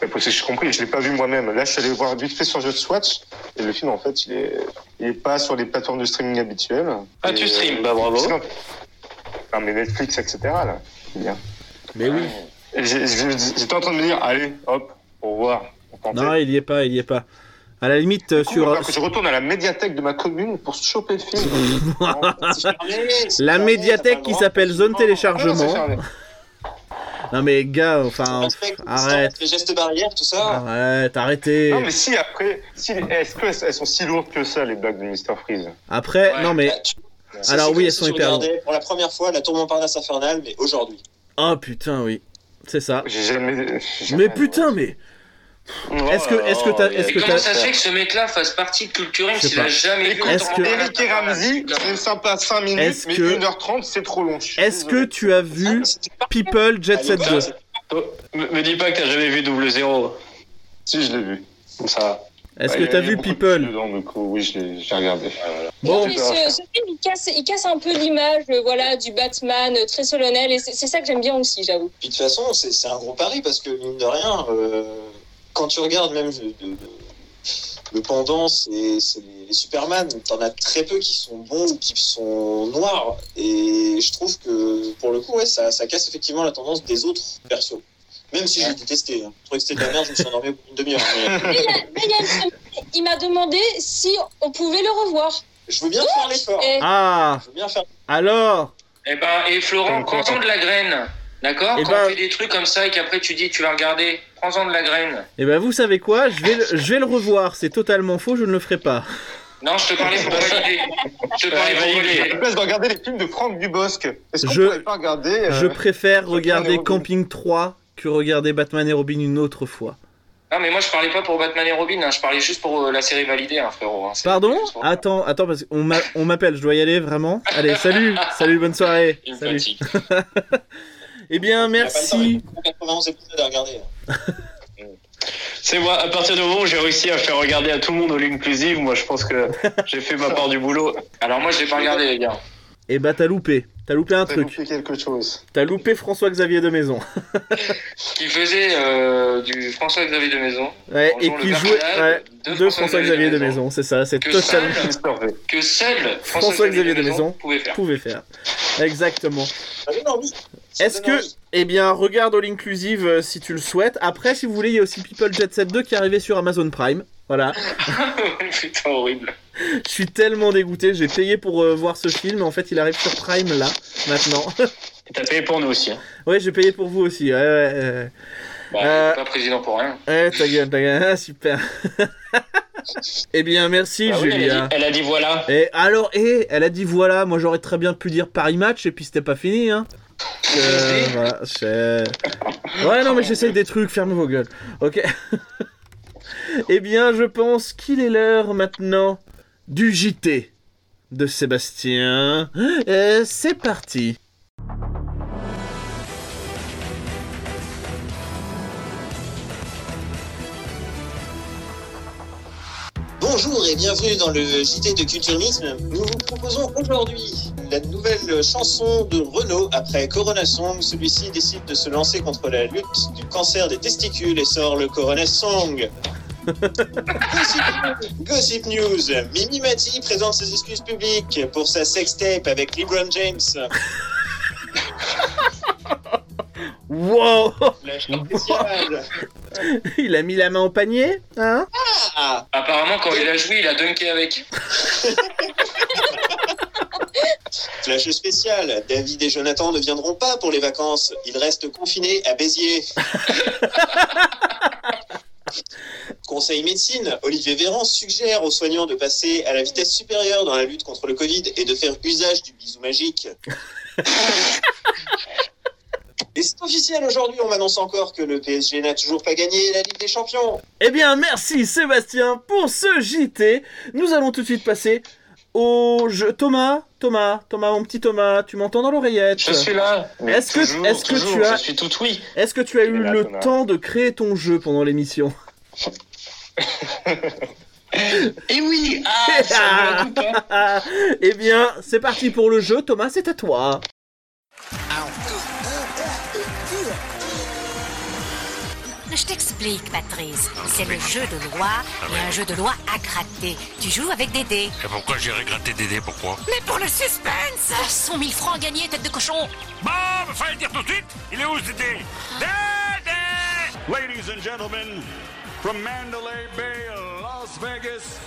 Mais pour ce que j'ai compris, je l'ai pas vu moi-même. Là, je suis allé voir vite fait sur Jeux de Swatch et le film en fait, il est, il est pas sur les plateformes de streaming habituelles.
Ah,
Et,
tu stream,
euh,
bah, bravo.
sinon- Non mais Netflix, etc. Là, c'est bien.
Ah, Mais oui.
Et j'ai- j'ai- J'étais en train de me dire, allez, hop, au revoir. on tente.
Non, il y est pas, il y est pas. À la limite, euh,
Du coup, alors
sur
que je retourne à la médiathèque de ma commune pour choper le film. Non,
la médiathèque qui s'appelle Zone
non, c'est
Téléchargement.
fermé.
Non mais gars, enfin,
Respecte-
arrête. Ah,
Les gestes barrières, tout ça.
arrête, arrêtez.
Non, mais si après, si, est-ce que elles sont si lourdes que ça les blagues de Mr Freeze
Après,
Ouais.
non mais,
Bah, tu-
Alors
c'est- c'est
oui,
comme
elles
si
sont
tu
hyper
regardais Pour la première fois, la tour Montparnasse infernale, mais aujourd'hui.
oh putain, oui, c'est ça.
J'ai jamais. j'ai jamais
Mais putain, mais Est-ce que- est-ce que
euh,
t'as- est-ce
Et
que
comment
t'as-
ça se fait que ce mec-là fasse partie de Culturim
Je sais
s'il a
pas.
jamais vu
Écoute,
Est-ce que-
Eric et Ramsey, c'est sympa 5 minutes,
Est-ce
mais
que-
1h30, c'est trop long. Je suis
est-ce que
désolé.
tu as vu
Ah,
People Jet Set 2
Me me dis pas que t'as jamais vu double zéro.
Si, je l'ai vu.
Ça.
Est-ce
Ouais,
que
il y
t'as
a
vu
beaucoup de
People
filles dedans, du coup, oui, je l'ai j'ai regardé.
Bon,
Non, mais ce, ce film, il casse, il casse un peu l'image euh, voilà, du Batman euh, très solennel, et c'est c'est ça que j'aime bien aussi, j'avoue.
Puis de toute façon, c'est c'est un gros pari parce que mine de rien, euh, quand tu regardes même le, le- le pendant, c'est c'est les, les Superman. T'en as très peu qui sont bons ou qui sont noirs. Et je trouve que pour le coup, ouais, ça, ça casse effectivement la tendance des autres persos. Même si je l'ai détesté. hein. Je trouvais que c'était de la merde, je me suis endormi au bout d'une demi-heure. Mais
Mais il, y a- mais il y a une semaine, il m'a demandé si on pouvait le revoir.
je veux bien faire l'effort.
Et
ah,
Je veux bien faire
alors,
Eh ben et Florent,
Comme quoi,
prends-en de la graine, d'accord
Eh
Quand
ben-
on fait des trucs comme ça et qu'après tu dis tu vas regarder, prends-en de la graine.
eh ben vous savez quoi Je vais, le- je vais le revoir. C'est totalement faux. Je ne le ferai pas.
Non, je te parlais pour valider. Je te
Ouais,
parlais pour
valider.
À
valider.
la place de regarder les films de Franck Dubosc, est-ce qu'on
Je-
pourrait pas regarder. euh,
Je préfère
Batman et
regarder
Robin.
Camping 3 que regarder Batman et Robin une autre fois.
Non, mais moi je parlais pas pour Batman et Robin, hein, je parlais juste pour euh, la série validée, hein, frérot. hein, c'est-
Pardon Ah,
c'est pour-
Attends, attends parce qu'on m'a- on m'appelle. Je dois y aller vraiment. Allez, salut, salut, bonne soirée.
Une
Salut.
fatigue.
Eh bien,
Il y a pas le temps,
merci.
il y a 91 épisodes à regarder.
C'est moi, à partir du moment où j'ai réussi à faire regarder à tout le monde au l'inclusive, moi je pense que j'ai fait ma part du boulot.
Alors moi je l'ai pas regardé, les gars.
Eh bah t'as loupé. T'as loupé un
t'as
truc.
loupé quelque chose.
T'as loupé François-Xavier de Maison.
qui faisait euh, du François-Xavier de Maison.
Ouais, et
Bonjour,
qui
le
jouait
personnage
ouais, de François-Xavier de Maison. C'est ça, c'est
Que
totalement
seul,
Mr. V.
que seul
François-Xavier
François-Xavier
de
de
Maison
Maison pouvait faire.
pouvait faire. Exactement.
Ça donne envie. Ça
Est-ce
donne
que,
envie.
eh bien, regarde All Inclusive euh, si tu le souhaites. Après, si vous voulez, il y a aussi People Jet Set 2 qui est arrivé sur Amazon Prime. Voilà.
Putain, horrible.
Je suis tellement dégoûté. J'ai payé pour euh, voir ce film. En fait, il arrive sur Prime là, maintenant.
Et t'as payé pour nous aussi. hein.
ouais, j'ai payé pour vous aussi. Ouais, ouais, ouais.
Bah,
Euh,
Pas président pour rien.
Ouais, ta gueule, ta gueule. Ah, super. eh bien, merci,
Bah oui, elle, a
Julia.
dit, elle a dit voilà.
Et alors, et elle a dit voilà, moi j'aurais très bien pu dire Paris match et puis c'était pas fini, hein. Euh, voilà, c'est- ouais, non, mais j'essaye des trucs, ferme vos gueules. Ok. eh bien, je pense qu'il est l'heure maintenant du JT de Sébastien. Euh, c'est parti.
Bonjour et bienvenue dans le JT de Culturisme. Nous vous proposons aujourd'hui la nouvelle chanson de Renaud après Corona Song. Celui-ci décide de se lancer contre la lutte du cancer des testicules et sort le Corona Song. Gossip, Gossip News. Mimi Mati présente ses excuses publiques pour sa sextape avec LeBron James.
Wow
La spéciale.
Il a mis la main au panier, hein
Ah,
Apparemment, quand il a joué, il a dunké avec.
Flash spécial, David et Jonathan ne viendront pas pour les vacances. Ils restent confinés à Béziers. Conseil médecine, Olivier Véran suggère aux soignants de passer à la vitesse supérieure dans la lutte contre le Covid et de faire usage du bisou magique. et c'est officiel aujourd'hui, on m'annonce encore que le PSG n'a toujours pas gagné la Ligue des Champions.
Eh bien, merci Sébastien pour ce JT. Nous allons tout de suite passer au jeu. Thomas, Thomas, Thomas, mon petit Thomas, tu m'entends dans l'oreillette
Je suis là. mais
Est-ce que-
toujours,
est-ce que tu
toujours,
as-
Je suis tout oui.
Est-ce que tu as
Il
eu
est là,
le
Thomas.
temps de créer ton jeu pendant l'émission
Et oui Ah, ça me coupe, hein.
Eh bien, c'est parti pour le jeu. Thomas, c'est à toi.
Je t'explique, Patrice. C'est le jeu de loi et un jeu de loi à gratter. Tu joues avec des dés.
Et pourquoi j'irai gratter des dés Pourquoi
Mais pour le suspense 100 000 francs gagnés, tête de cochon
Bon, mais fallait le dire tout de suite Il est où ce dé Dédé Ladies and gentlemen, from Mandalay Bay, Las Vegas,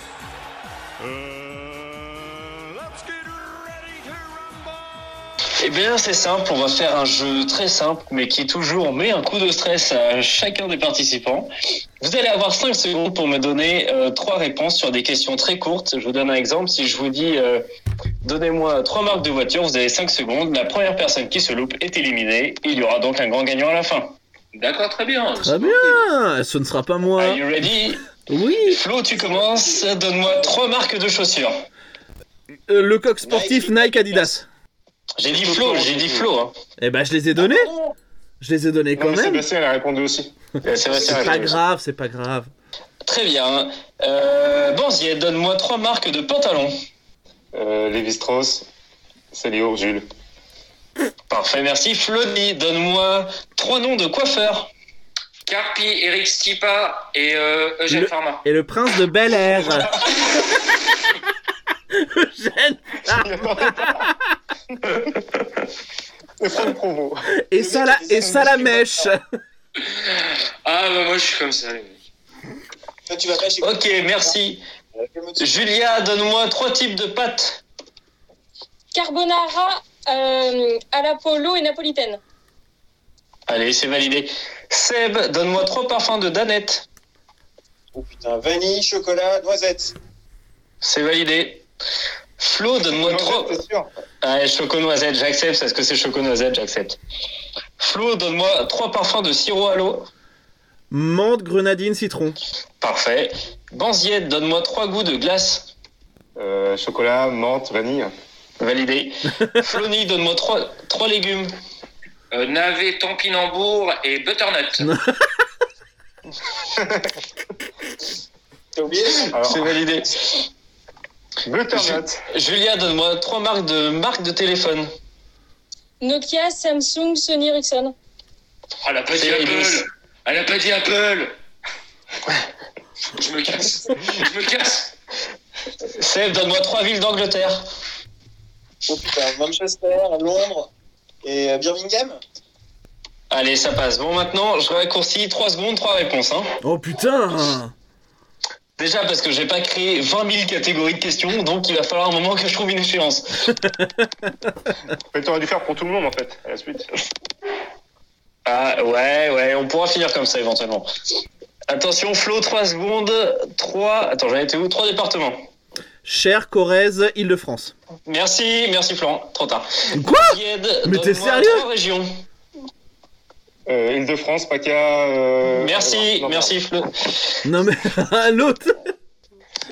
euh, let's get ready to rumble
Eh bien, c'est simple, on va faire un jeu très simple, mais qui toujours met un coup de stress à chacun des participants. Vous allez avoir 5 secondes pour me donner euh, trois réponses sur des questions très courtes. Je vous donne un exemple. Si je vous dis, euh, donnez-moi trois marques de voiture, vous avez 5 secondes. La première personne qui se loupe est éliminée. Il y aura donc un grand gagnant à la fin.
D'accord, très bien.
Très bien. Ce ne sera pas moi.
Are you ready
Oui.
Flo, tu commences. Donne-moi trois marques de chaussures.
euh, le coq sportif Nike Adidas.
J'ai dit Flo, j'ai dit Flo. hein.
Eh ben, je les ai donnés. Je les ai donnés
Non,
quand
mais
même.
Sébastien, elle a répondu aussi.
Sébastien
a
C'est
elle a
pas
répondu.
grave, c'est pas grave.
Très bien. Euh, Banzier, donne-moi trois marques de pantalons.
Euh, Lévi-Strauss, Célio, Jules.
Parfait, merci. Flody, donne-moi trois noms de coiffeurs.
Carpi, Eric Stipa et euh, Eugène
Le-
Farmer.
Et le prince de Bel Air. Eugène
Le fond de promo.
et ça la et ça la mèche.
Ah, bah, moi, je suis comme ça, les mecs.
Toi, tu vas pas chez Euh,
Ok, merci. Julia, donne-moi trois types de pâtes.
Carbonara euh, à la polo et napolitaine.
Allez, c'est validé. Seb, donne-moi trois parfums de Danette.
Oh putain, vanille, chocolat, noisette.
C'est validé. Flo, donne-moi trois.
C'est sûr.
Allez, choco noisette, j'accepte parce que c'est choco noisette, j'accepte. Flo, donne-moi trois parfums de sirop à l'eau.
Menthe, grenadine, citron.
Parfait. Banzier, donne-moi trois goûts de glace.
Euh, chocolat, menthe, vanille.
Validé. Flony, donne-moi trois, trois légumes.
Euh, Navet, Tampinambour et Butternut.
T'as oublié
Alors,
C'est validé.
butternut.
Julia, donne-moi trois marques de marques de téléphone.
Nokia, Samsung, Sony Ericsson.
Ah, elle a pas dit
C'est Ibis.
Apple. Elle a pas dit Apple. Je me casse. Je me casse.
Seb, donne-moi trois villes d'Angleterre.
Oh putain, Manchester, Londres et euh, Birmingham.
Allez, ça passe. Bon, maintenant, je raccourcis 3 secondes, 3 réponses. hein.
Oh putain.
Déjà parce que j'ai pas créé 20 000 catégories de questions, donc il va falloir un moment que je trouve une échéance.
Mais t'aurais dû faire pour tout le monde, en fait, à la suite.
Ah ouais, ouais, on pourra finir comme ça éventuellement. Attention, Flo, 3 secondes, 3... Attends, j'en étais où 3 départements.
Cher Corrèze, Île-de-France.
Merci, merci Florent, trop tard.
Quoi
Yed,
Mais t'es
donne-moi
sérieux
trois régions.
Euh, Île-de-France, PACA. Euh...
Merci,
non, non,
merci Flo.
Non mais à l'autre.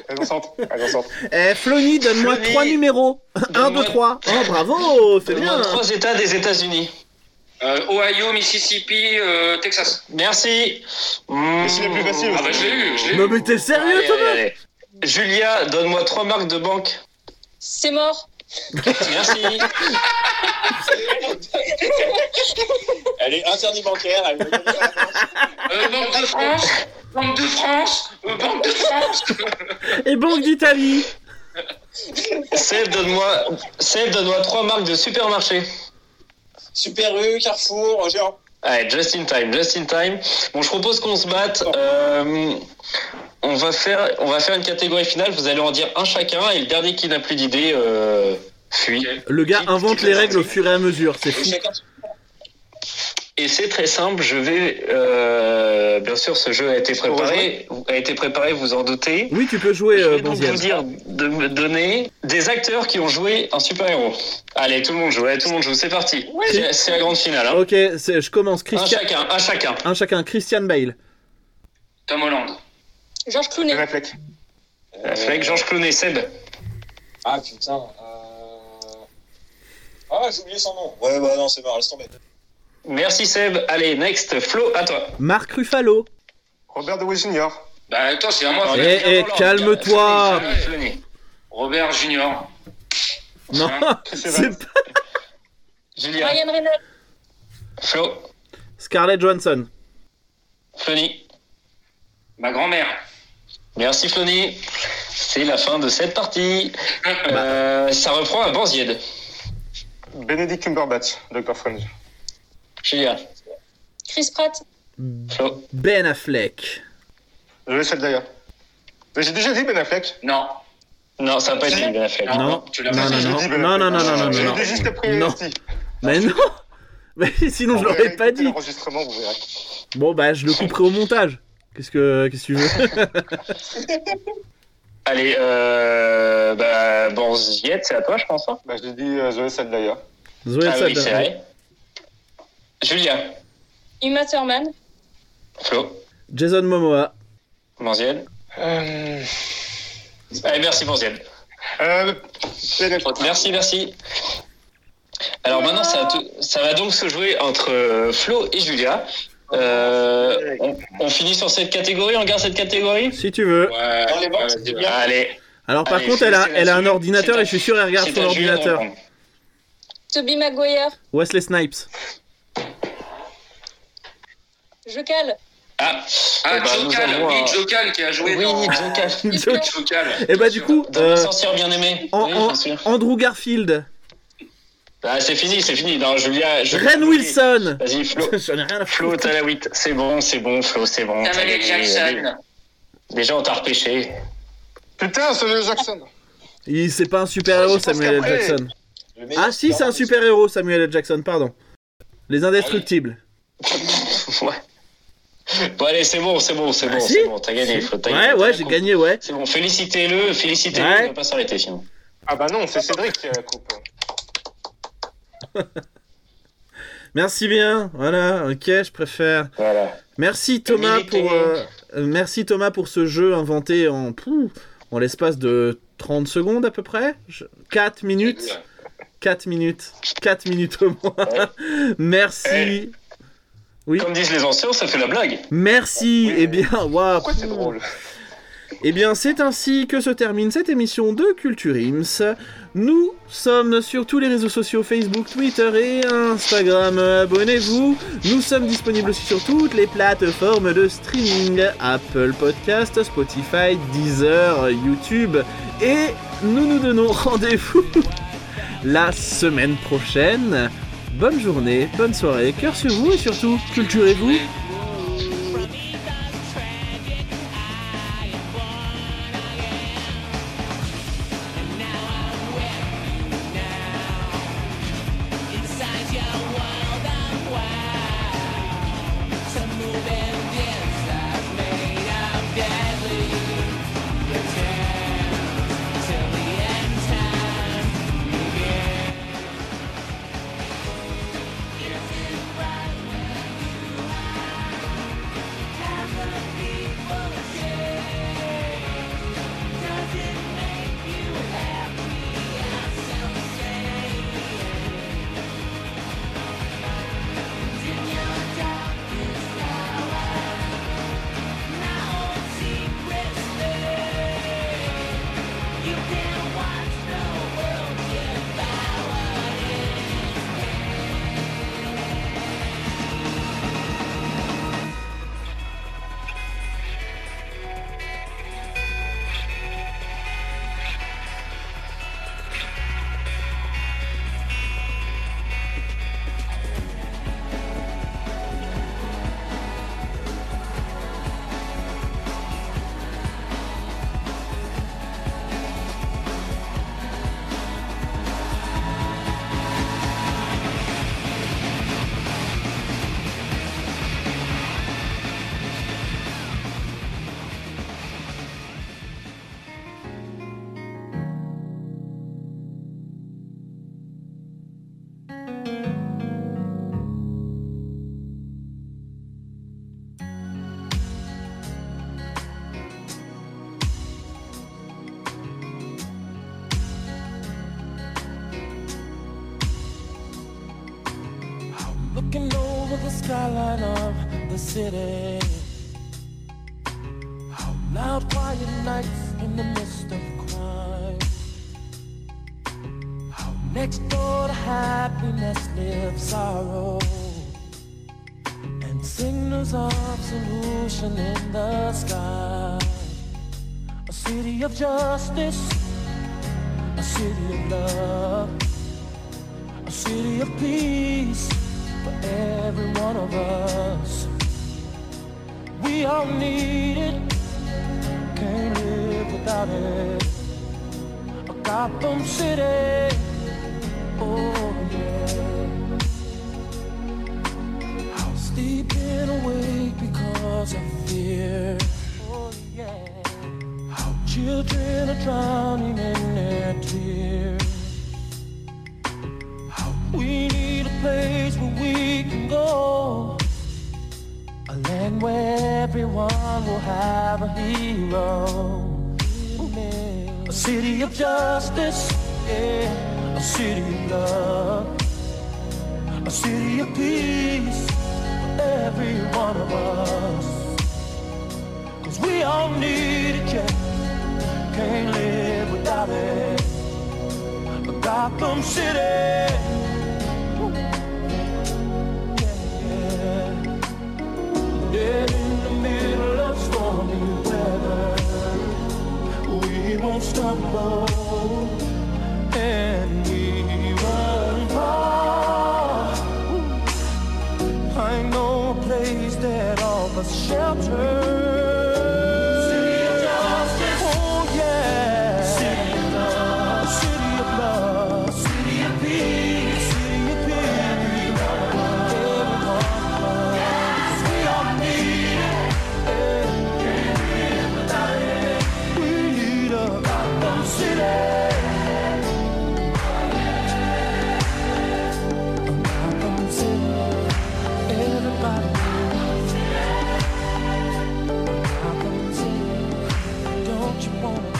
Elles en sortent. Elles en sortent.
Eh Flony, donne-moi
Flony,
trois numéros. Un,
donne-moi-
deux, trois. Oh bravo, c'est
Donne-moi
bien. hein.
trois États des États-Unis.
Euh, Ohio, Mississippi, euh, Texas.
Merci. Mais
c'est la plus facile,
Ah, bah, je l'ai eu. Je l'ai
Non
eu.
mais t'es sérieux
Allez,
Thomas
allez, allez. Julia, donne-moi trois marques de banque.
C'est mort.
Merci.
Elle est interdit bancaire. Elle veut gagner la France.
Euh, Banque de France. Banque de France. euh, Banque de France.
Et Banque d'Italie.
Seb, donne-moi Seb, donne-moi trois marques de supermarché.
Super U, Carrefour, Géant.
Allez, just in time, just in time. Bon, je propose qu'on se batte. Euh, on, va faire, on va faire une catégorie finale. Vous allez en dire un chacun et le dernier qui n'a plus d'idée euh,
Fuis.
Le gars invente les règles au fur et à mesure, c'est fou.
Et c'est très simple, je vais... euh, bien sûr, ce jeu a été préparé, a été préparé, vous en doutez.
Oui, tu peux jouer,
Je
euh,
vais donc
Bonziel.
vous dire de me donner des acteurs qui ont joué un super-héros. Allez, tout le monde joue, allez, tout le monde joue, c'est parti. C'est- C'est la grande finale. hein.
Ok, c'est- je commence.
Un
Christian...
chacun, un chacun.
Un chacun. Christian Bale.
Tom Holland.
Georges Clooney.
Affleck, Euh, Georges Clooney, Seb.
Ah putain. euh, Ah, j'ai oublié son nom. Ouais, bah non, c'est marrant, laisse tomber.
Merci Seb. Allez, next, Flo, à toi.
Marc Ruffalo.
Robert Downey Jr.
Bah attends, c'est à moi.
Eh,
Robert
eh,
Junior.
calme-toi.
Robert Junior.
Non, c'est pas...
Julien.
Ryan Reynolds.
Flo,
Scarlett Johansson.
Flony.
Ma grand-mère.
Merci Flony. C'est la fin de cette partie. Euh, ça reprend à Banzied.
Benedict Cumberbatch, Dr. Fringe.
Julien.
Chris Pratt.
Ben Affleck.
Le seul d'ailleurs. Mais J'ai déjà dit Ben Affleck.
Non.
Non, ça n'a pas été Ben Affleck.
Non,
tu
non,
l'as
non,
pas dit,
non,
je l'ai dit,
non, non, non, non, non,
Je l'ai
non,
dit juste après,
non.
si.
Mais non Mais sinon, je
On va
l'aurais pas
réécouter
dit.
L'enregistrement, vous verrez.
Bon, bah, je le couperai au montage. Qu'est-ce que, qu'est-ce que tu veux
Allez, euh, bah, Banzied, c'est à toi, je pense. hein.
Bah, je l'ai dit euh, Zoé Saldana. d'ailleurs.
Zoé
ah oui,
Saldana.
c'est vrai. Julien.
Uma Thurman.
Flo.
Jason Momoa.
Banzied.
Euh,
Allez, merci Banzied.
Euh,
Merci, merci. Alors maintenant, ça, va tout- ça va donc se jouer entre euh, Flo et Julia. Euh, on, on finit sur cette catégorie, on garde cette catégorie
Si tu veux.
Dans les
box, Allez.
Alors, par
Allez,
contre,
c'est-
elle a,
c'est la
elle a un
suite.
ordinateur
C'est
et je suis sûr qu'elle regarde
c'est
son
à Julien de
ordinateur.
répondre.
Toby Maguire.
Wesley Snipes.
Je cale.
Ah,
Ah,
Eh ben, nous
Jokal,
avons
oui,
un-
Jokal qui a joué dans...
Jokal.
Jokal.
Jokal.
Eh
Et
ben,
bah, du coup,
Dans
euh,
les sorcières bien aimées.
An-
Oui,
An-
bien sûr.
Andrew Garfield.
Ah, c'est fini, c'est fini. Non, Julia. je-
Ren Wilson.
Vas-y, Flo.
J'en ai rien à
Flo, t'as la 8. C'est bon, c'est bon, Flo, c'est bon.
Samuel L. Jackson.
Déjà, on t'a repêché.
Putain, Samuel Jackson.
Il c'est pas un super-héros Samuel L.
qu'après-
Jackson.
Le meilleur
Ah si, c'est un super-héros Samuel L. Jackson, pardon. Les indestructibles.
Ah
ouais. Bon, allez, c'est bon, c'est bon, c'est
Bah,
bon,
si.
c'est bon. T'as gagné, Flo. t'as
Ouais,
t'as
ouais, j'ai
compris.
gagné, ouais.
C'est bon, félicitez-le, félicitez-le,
Ouais.
on va pas s'arrêter sinon.
Ah bah non, c'est Cédric qui a la coupe.
Merci bien. Voilà, OK, je préfère.
Voilà.
Merci Thomas
Milité.
pour euh, euh, merci Thomas pour ce jeu inventé en pouf, en l'espace de 30 secondes à peu près. 4 minutes. 4 minutes. 4 minutes au moins. Merci.
Eh.
Oui.
Comme disent les anciens, ça fait la blague.
Merci. Eh bien, waouh.
Pourquoi c'est drôle
Eh bien, c'est ainsi que se termine cette émission de Culture Ims. Nous sommes sur tous les réseaux sociaux Facebook, Twitter et Instagram. Abonnez-vous. Nous sommes disponibles aussi sur toutes les plateformes de streaming Apple Podcast, Spotify, Deezer, YouTube. Et nous nous donnons rendez-vous la semaine prochaine. Bonne journée, bonne soirée, cœur sur vous et surtout, culturez-vous.
Thank
looking over the skyline of the city. How loud, quiet nights in the midst of crime. How next door to happiness lives sorrow. And signals of solution in the sky. A city of justice, a city of love, a city of peace for every one of us. We all need it, can't live without it. A Gotham City, oh yeah. I was sleeping awake because of fear. Oh yeah. How children are drowning in their tears. We need a place where we can go. A land where everyone will have a hero. A city of justice, yeah. A city of love. A city of peace for every one of us. Cause we all need it, yeah. Can't live without it. A Gotham City. Dead in the middle of stormy weather, we won't stumble and we run far. I know a place that offers shelter. City of justice, oh yeah. City of love, city of love, city of peace, city of peace. Everyone, yes, we all need it. Can't live without it. We need a Gotham City. A Gotham City. Everybody. A Gotham City. Don't you wanna